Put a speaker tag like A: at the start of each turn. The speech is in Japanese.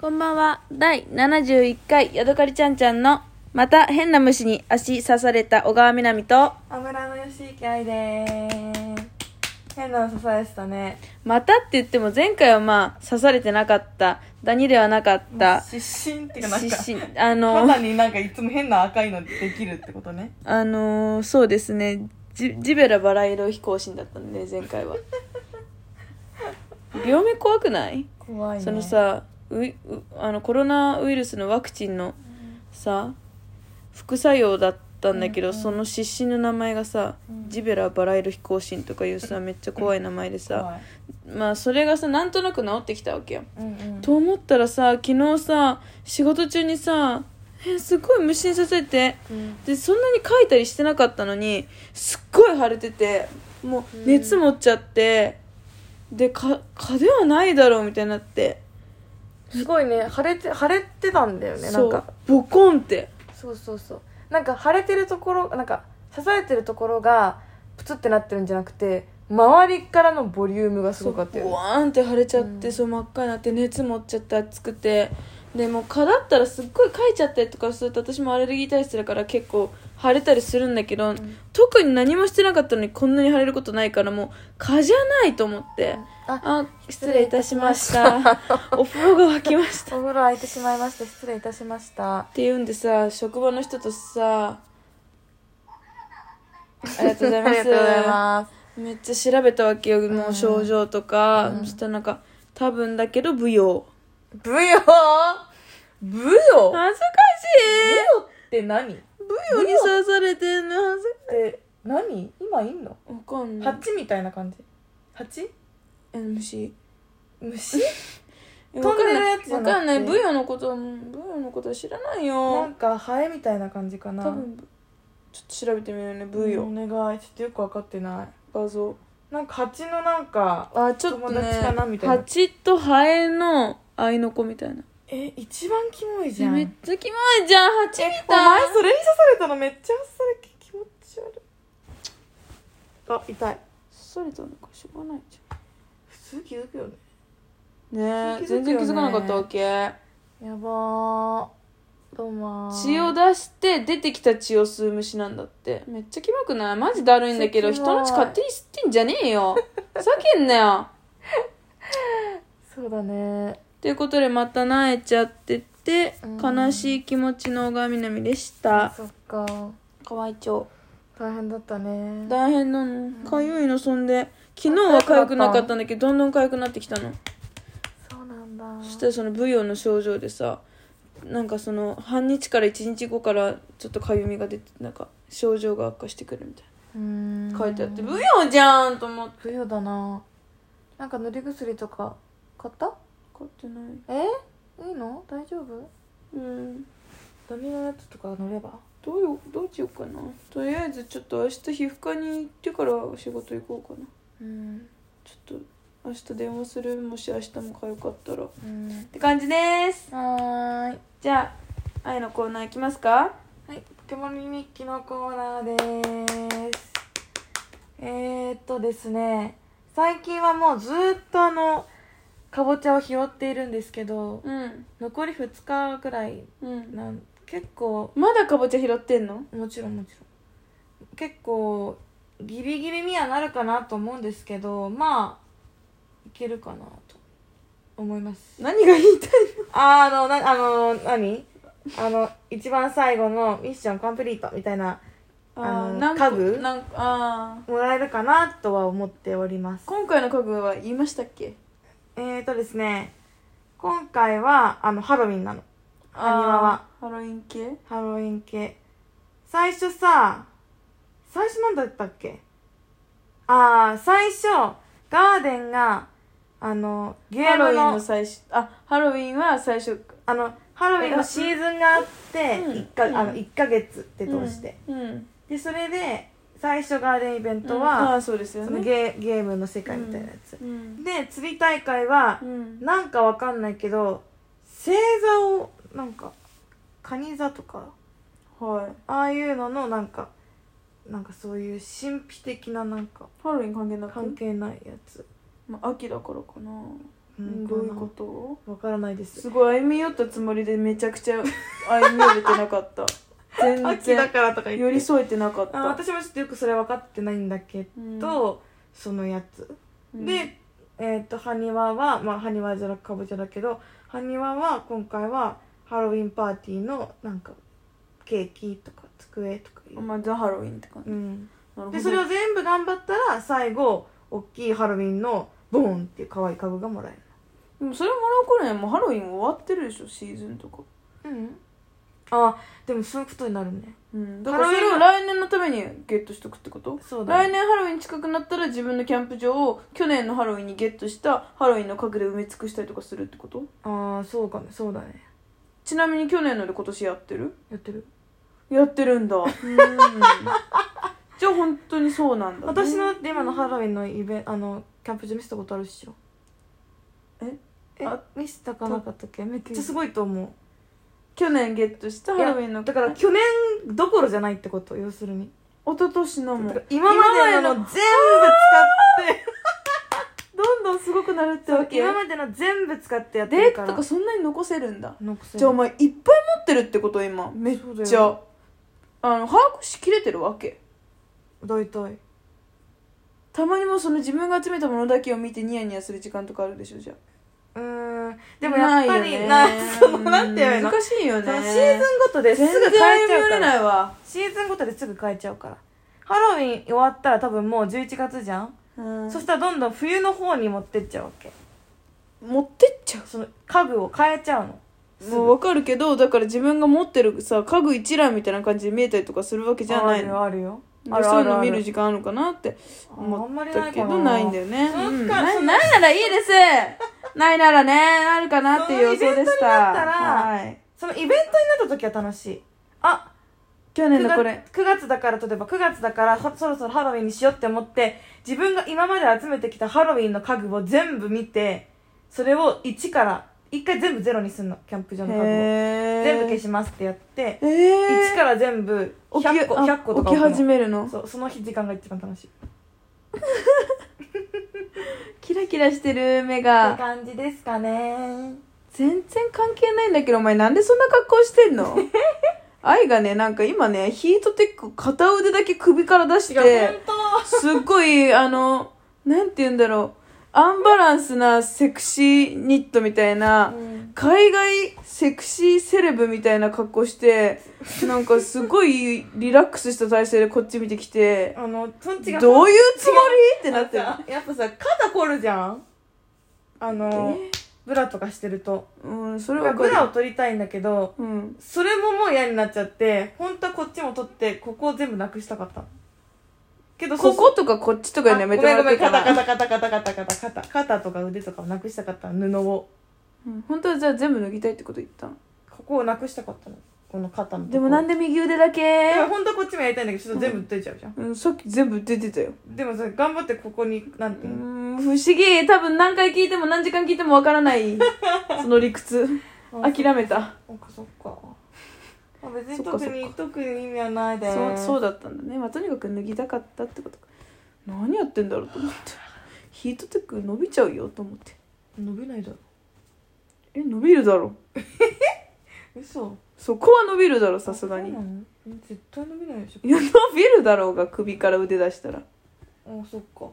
A: こんばんは。第71回、ヤドカリちゃんちゃんの、また変な虫に足刺された小川みなみと、
B: 油の吉池愛でーす変なの刺されてたね
A: またって言っても前回はまあ、刺されてなかった、ダニではなかった、
B: 失神っていうかなんか
A: ししあの、
B: 肌になんかいつも変な赤いのできるってことね
A: あのーそうですね、ジジベラバラ色飛行神だったんで、前回 は。病名怖くない
B: 怖いね
A: そのさウイウあのコロナウイルスのワクチンのさ副作用だったんだけど、
B: うんうん
A: その湿疹の名前がさ、
B: うん
A: ジベラバラ色飛行神とかいうさめっちゃ怖い名前でさ、
B: 怖い
A: まあそれがさなんとなく治ってきたわけよ、
B: うんうん
A: と思ったらさ昨日さ仕事中にさえすごい無心させて
B: うん
A: でそんなに書いたりしてなかったのにすっごい腫れててもう熱持っちゃって、でか蚊ではないだろうみたいになって
B: すごいね腫れて腫れてたんだよねな
A: そ
B: ん
A: う
B: か
A: ボコンって
B: そうそうそうなんか腫れてるところなんか刺されてるところがプツってなってるんじゃなくて周りからのボリュームがすごかったよ
A: ボ
B: ね
A: ワーンって腫れちゃって、
B: うん
A: そう真っ赤になって熱持っちゃって熱くてでもう蚊だったらすっごいかいちゃったりとかすると私もアレルギー体質だから結構腫れたりするんだけど、
B: ん
A: 特に何もしてなかったのにこんなに腫れることないからもう蚊じゃないと思って、
B: あ
A: あ失礼いたしました お風呂が沸きました
B: お風呂空いてしまいました失礼いたしました
A: っていうんでさ職場の人と さありがとうございま
B: ありがとうござい
A: す
B: ます
A: めっちゃ調べたわけよもう症状とか、
B: うん
A: そしたらなんか多分だけど舞踊
B: ブヨブヨ
A: 恥ずかし
B: ブヨって何っ
A: い舞踊に刺されてんの恥ず
B: て何今いんの
A: わかんない
B: 蜂みたいな感じ蜂
A: え虫
B: 虫
A: え
B: 飛んでるやつじゃ
A: わ
B: なくて
A: かんない舞踊のことはうん舞踊のことは知らない
B: なん
A: よ
B: かハエみたいな感じかな
A: 多分ちょっと調べてみるね舞
B: お
A: 踊
B: 願いちょっとよく分かってない
A: 画像
B: なんか蜂のなんか
A: あちょっとね
B: 友達かなみたいな
A: 蜂とハエの愛の子みたいな
B: え一番キモいじ
A: え
B: ゃん
A: めっちゃキモいじゃん蜂み
B: お
A: た
B: 前
A: い
B: それに刺されたのめっちゃそれ気持ち悪いあ痛い
A: それたのかしょうがないじ
B: 普通気づくよね
A: ゃんねえ
B: 気づくよ
A: 全
B: ね
A: 然気づかなかったわけ
B: やばーどうもー
A: 血を出して出てきた血を吸う虫なんだってめっちゃキモくないマジだるいんだけど
B: めっちゃ
A: 人
B: キモ
A: の
B: い
A: 血勝手に吸ってんじゃねえ よ叫んなよ
B: そうだね
A: ということでまた萎えちゃってて
B: うん
A: 悲しい気持ちの小川みなみでした
B: そっか
A: 河合町
B: 大変だったね
A: 大変なのかゆいのそんで昨日はかゆくなかったんだけどどんどんかゆくなってきたの
B: そうなんだ
A: そしたらそのブヨの症状でさなんかその半日から1日後からちょっとかゆみが出てなんか症状が悪化してくるみたいう
B: ーん
A: な書いてあって「ブヨじゃん!」と思って
B: 冬だななんか塗り薬とか買った
A: 買ってない
B: えいいの大丈夫
A: うん
B: ダメなやつとか塗れば
A: どうよどうしようかなとりあえずちょっと明日皮膚科に行ってから仕事行こうかな
B: うん
A: ちょっと明日電話するもし明日もかゆかったらっ
B: うん
A: て感じです
B: はーい
A: じゃあ愛のコーナー行きますか
B: はい、ポケモン日記のコーナーです。えー、っとですね、最近はもうずーっとあの、かぼちゃを拾っているんですけど、
A: うん
B: 残り2日ぐらい
A: うん
B: なん、結構、
A: まだかぼちゃ拾ってんの
B: もちろんもちろん。結構、ギリギリにはなるかなと思うんですけど、まあ、いけるかなと思います。
A: 何が言いたい
B: あの、な、あの、何あの、一番最後のミッションコンプリートみたいな、あの
A: なんか
B: 家具
A: なんかあー
B: もらえるかなとは思っております
A: 今回の家具は言いましたっけ
B: えーとですね今回はあのハロウィンなのハニワは
A: あーハロウィン系
B: ハロウィン系最初さ最初なんだったっけああ最初ガーデンがあのゲ
A: ハ
B: ー
A: ロウ
B: ム
A: ィン
B: の
A: の最初あハロウィンは最初
B: あのハロウィンのシーズンがあって、
A: うん
B: 一か
A: うん
B: あの1ヶ月って通して、
A: うん
B: でそれで最初ガーデンイベント
A: うんあ
B: は、
A: ーそうですよ
B: その
A: ね
B: ゲーゲームの世界みたいなやつ、
A: うん
B: で釣り大会は
A: う、ん
B: なんかわかんないけど星座をなんかカニ座とか
A: はい
B: ああいうののなんかなんかそういう神秘的ななんか
A: ハロウィン関係なく
B: 関係ないやつ
A: まあ、秋だからかな
B: うん
A: どういうこと
B: わからないです
A: すごい歩み寄ったつもりでめちゃくちゃ歩み寄れてなかった 全
B: 秋だ
A: 然
B: からとか言って
A: 寄り添えてなかっ
B: あ
A: た
B: 私もちょっとよくそれ分かってないんだけど、そのやつ、
A: うん
B: でえっ、とハニワはまあハニワじゃなくかぼちゃだけどハニワは今回はハロウィンパーティーのなんかケーキとか机とかいう、
A: まあザ・ハロウィンって感じ、
B: うん、
A: なるほど
B: でそれを全部頑張ったら最後大きいハロウィンのボーンっていう可愛い家具がもらえ
A: でもそれもらう頃にはもうハロウィン終わってるでしょシーズンとか
B: るうんあでもそういうことになるね
A: うんだから
B: ハ
A: そ
B: ロウィン
A: れを来年のためにゲットしとくってこと
B: そうだ
A: 来
B: ね
A: 年ハロウィン近くなったら自分のキャンプ場を去年のハロウィンにゲットしたハロウィンの核で埋め尽くしたりとかするってこと
B: ああそうかねそうだね
A: ちなみに去年ので今年やってる
B: やってる
A: やってるんだうんじゃあ本当にそうなんだね、
B: 私の今のハロウィンのイベンあのキャンプ場見せたことあるっしょ
A: え
B: え
A: あ
B: 見せたかなかったっけめっちゃすごいと思
A: 去年ゲットした
B: う
A: ハロウィンの
B: だから去年どころじゃないってこと要するに
A: 一昨年のも
B: だから今までの全部使 って
A: どんどんすごくなるって
B: そ
A: わ
B: う
A: け
B: 今までの全部使ってやって
A: デー
B: る
A: ト
B: から
A: とかそんなに残せるんだ
B: 残せる
A: じゃあお前いっぱい持ってるってこと今めっ
B: そうだ
A: ちゃ
B: よ
A: あの把握しきれてるわけ
B: 大体
A: たまにもうその自分が集めたものだけを見てニヤニヤする時間とかあるでしょじゃあ
B: うーんでもやっぱりな
A: ないよね
B: そのなんていうの
A: 難しいよ
B: そ
A: ね
B: のシーズンごとですぐ変えち
A: 全然
B: ゃ
A: 歩
B: う
A: み
B: か
A: 寄れ
B: ら
A: ないわ
B: シーズンごとですぐ変えちゃうからハロウィン終わったら多分もう11月じゃん
A: うん
B: そしたらどんどん冬の方に持ってっちゃうわけ
A: 持ってっちゃう
B: その家具を変えちゃうのすぐ
A: もう分かるけどだから自分が持ってるさ家具一覧みたいな感じで見えたりとかするわけじゃないの
B: あるよ
A: で
B: あるよ
A: そういうの
B: あるある
A: 見る時間あるのかなって
B: あ
A: 思
B: んま
A: っ
B: りな
A: た
B: い
A: け
B: か
A: ど
B: な
A: ないんだよね
B: そっか
A: うん
B: そ
A: ない
B: の
A: ないならいいですないならねあるかなっていう予想でし
B: そのイベントになったたら
A: はい
B: そのイベントになった時は楽しいあ
A: 去年
B: 9
A: の
B: 月
A: これ
B: ,9 月だから例えば9月だからそそろそろハロウィンにしようって思って自分が今まで集めてきたハロウィンの家具を全部見てそれを1から1回全部ゼロにするのキャンプ場の家具を
A: へー
B: 全部消しますってやって
A: え
B: 1
A: ー、
B: から全部100個
A: あ
B: 100個とか
A: 起き
B: 置くの
A: 始めるの
B: そうその日時間が一番楽しいって
A: キラキラしてる目が
B: 感じですかね
A: 全然関係ないんだけどお前なんでそんな格好してんの愛がねなんか今ねヒートテック片腕だけ首から出し
B: 違
A: て
B: う本
A: すっごいあのなんて言うんだろうアンバランスなセクシーニットみたいな、
B: 当
A: 海外セクシーセレブみたいな格好してなんかすごいリラックスした体勢でこっち見てきて
B: あのとんちが
A: どういうつもりってなってる
B: あのさやっぱさ肩凝るじゃんあの
A: え
B: ブラとかしてると
A: うんそれ
B: だ
A: は
B: か
A: わ
B: ら
A: か
B: ブ
A: る
B: ラを取りたいんだけど
A: うん
B: それももう嫌になっちゃって本当はこっちも取ってここを全部なくしたかったのけ ど
A: こ
B: こ
A: ことかこっちとかにやめてもら
B: ご
A: って
B: め
A: い
B: ん
A: いか
B: ごめん
A: な
B: 肩肩肩肩肩肩肩肩とか腕とかをなくしたかったの布を
A: うん本当はじゃあ全部脱ぎたいってこと言ったの
B: ここをなくしたかったのこの肩のとこ
A: でもなんで右腕だけ
B: だから本当はこっちもやりたいんだけどちょっと全部取れちゃうじゃん、
A: うんさっき全部出てたよ
B: でもさ頑張ってここになんて
A: う
B: いうの、
A: ん不思議多分何回聞いても何時間聞いてもわからない その理屈
B: あ
A: 諦めた
B: そっかそっかまあ別
A: そ
B: に
A: っかそっか
B: 特に特に意味はないで
A: そうそう
B: う
A: だったんだね、まあ、とにかく脱ぎたかったってことか何やってんだろうと思ってヒートテック伸びちゃうよと思って
B: 伸びないだろ
A: え伸びるだろ
B: 嘘
A: そこは伸びるだろさすがに
B: そうなのえ絶対伸びないでしょ
A: いや伸びるだろうが首から腕出したら
B: あそっか